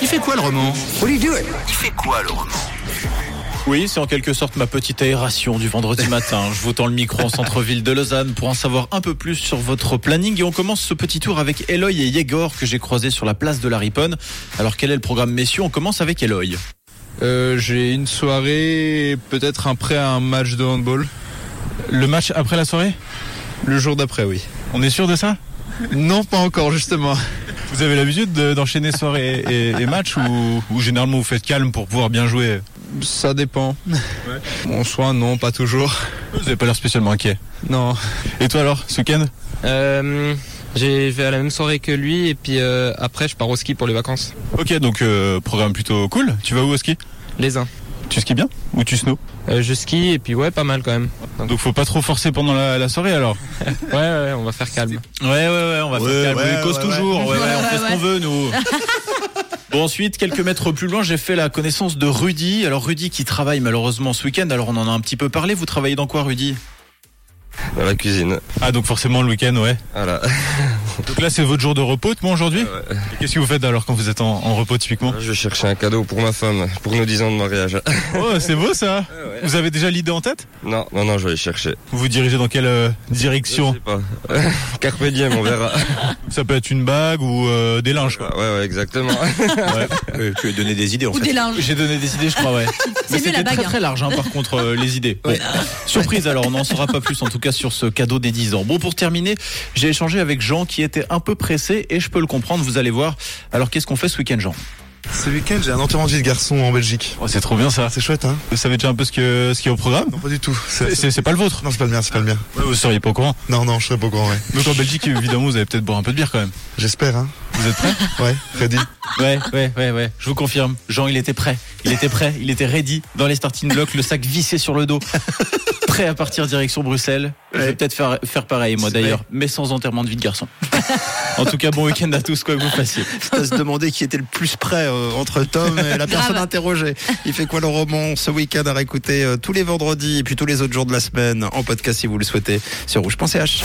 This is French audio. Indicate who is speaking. Speaker 1: Il fait quoi le roman
Speaker 2: Il fait quoi le roman
Speaker 3: Oui, c'est en quelque sorte ma petite aération du vendredi matin. Je vous tends le micro en centre-ville de Lausanne pour en savoir un peu plus sur votre planning. Et on commence ce petit tour avec Eloy et Yegor que j'ai croisés sur la place de la Riponne. Alors quel est le programme messieurs On commence avec Eloy.
Speaker 4: Euh, j'ai une soirée, et peut-être un prêt à un match de handball.
Speaker 5: Le match après la soirée
Speaker 4: Le jour d'après, oui.
Speaker 5: On est sûr de ça
Speaker 4: Non, pas encore, justement.
Speaker 5: Vous avez l'habitude de- d'enchaîner soirée et, et match ou, ou généralement vous faites calme pour pouvoir bien jouer
Speaker 4: Ça dépend. En soi, non, pas toujours.
Speaker 5: Vous n'avez pas l'air spécialement inquiet.
Speaker 4: Non.
Speaker 5: Et toi alors, ce week-end
Speaker 6: Euh, j'ai fait à la même soirée que lui et puis euh, après je pars au ski pour les vacances.
Speaker 5: Ok, donc euh, programme plutôt cool. Tu vas où au ski
Speaker 6: Les uns.
Speaker 5: Tu skis bien Ou tu snows
Speaker 6: Euh, je skie et puis ouais pas mal quand même.
Speaker 5: Donc faut pas trop forcer pendant la, la soirée alors
Speaker 6: Ouais ouais, ouais, on va faire calme.
Speaker 5: Ouais, ouais, ouais, on va
Speaker 3: Ouais,
Speaker 5: faire calme.
Speaker 3: ouais,
Speaker 5: Il cause
Speaker 3: ouais,
Speaker 5: toujours. Ouais, ouais, on
Speaker 7: Ouais,
Speaker 5: fait ce
Speaker 7: ouais,
Speaker 5: qu'on veut, nous.
Speaker 3: Bon ensuite, quelques mètres plus loin, j'ai fait la connaissance de Rudy. Alors Rudy qui travaille malheureusement ce week-end, alors on en a un petit peu parlé. Vous travaillez dans quoi Rudy
Speaker 8: Dans la cuisine.
Speaker 5: Ah, donc forcément le week-end, ouais.
Speaker 8: Voilà.
Speaker 5: Donc là, c'est votre jour de repos, moi, aujourd'hui
Speaker 8: Ouais.
Speaker 5: Et Qu'est-ce que vous faites alors quand vous êtes en, en repos, typiquement
Speaker 8: Je cherchais un cadeau pour ma femme, pour nos 10 ans de mariage.
Speaker 5: Oh, c'est beau ça
Speaker 8: ouais.
Speaker 5: Vous avez déjà l'idée en tête
Speaker 8: Non, non, non, je vais les chercher.
Speaker 5: Vous vous dirigez dans quelle euh, direction
Speaker 8: Je sais pas. Carpe diem, on verra.
Speaker 5: Ça peut être une bague ou euh, des linges, quoi.
Speaker 8: Ouais, ouais, exactement.
Speaker 3: Tu as donné des idées en
Speaker 7: Ou des linges.
Speaker 5: J'ai donné des idées, je crois, ouais.
Speaker 7: C'est mieux la
Speaker 3: C'était
Speaker 7: bague.
Speaker 3: très
Speaker 7: hein.
Speaker 3: très large hein, par contre euh, les idées. Bon. Surprise alors, on n'en saura pas plus en tout cas sur ce cadeau des 10 ans. Bon pour terminer, j'ai échangé avec Jean qui était un peu pressé et je peux le comprendre, vous allez voir. Alors qu'est-ce qu'on fait ce week-end Jean
Speaker 9: Ce week-end, j'ai un enterrement de garçon en Belgique.
Speaker 5: Oh, c'est trop bien ça.
Speaker 9: C'est chouette, hein
Speaker 5: Vous savez déjà un peu ce que ce qui est au programme
Speaker 9: Non, pas du tout.
Speaker 5: C'est-
Speaker 9: C'est-
Speaker 5: C'est c'est pas le vôtre.
Speaker 9: Non, c'est pas le mien, c'est pas le mien.
Speaker 5: Ouais, Vous seriez pas au courant.
Speaker 9: Non, non, je serais pas au courant, ouais.
Speaker 5: Donc en Belgique, évidemment, vous allez peut-être boire un peu de bière quand même.
Speaker 9: J'espère, hein.
Speaker 5: Vous êtes prêts
Speaker 9: Ouais, Freddy.
Speaker 3: Ouais, ouais, ouais, ouais. Je vous confirme, Jean, il était prêt. Il était prêt, il était ready dans les starting blocks, le sac vissé sur le dos. Prêt à partir direction Bruxelles. Je vais peut-être faire, faire pareil, moi
Speaker 1: C'est vrai.
Speaker 3: d'ailleurs, mais sans enterrement de vie de garçon. en tout cas, bon week-end à tous, quoi que vous fassiez.
Speaker 1: à se demander qui était le plus près euh, entre Tom et la personne
Speaker 7: Grave.
Speaker 1: interrogée. Il fait quoi le roman ce week-end à réécouter euh, tous les vendredis et puis tous les autres jours de la semaine en podcast si vous le souhaitez sur rouge.ch.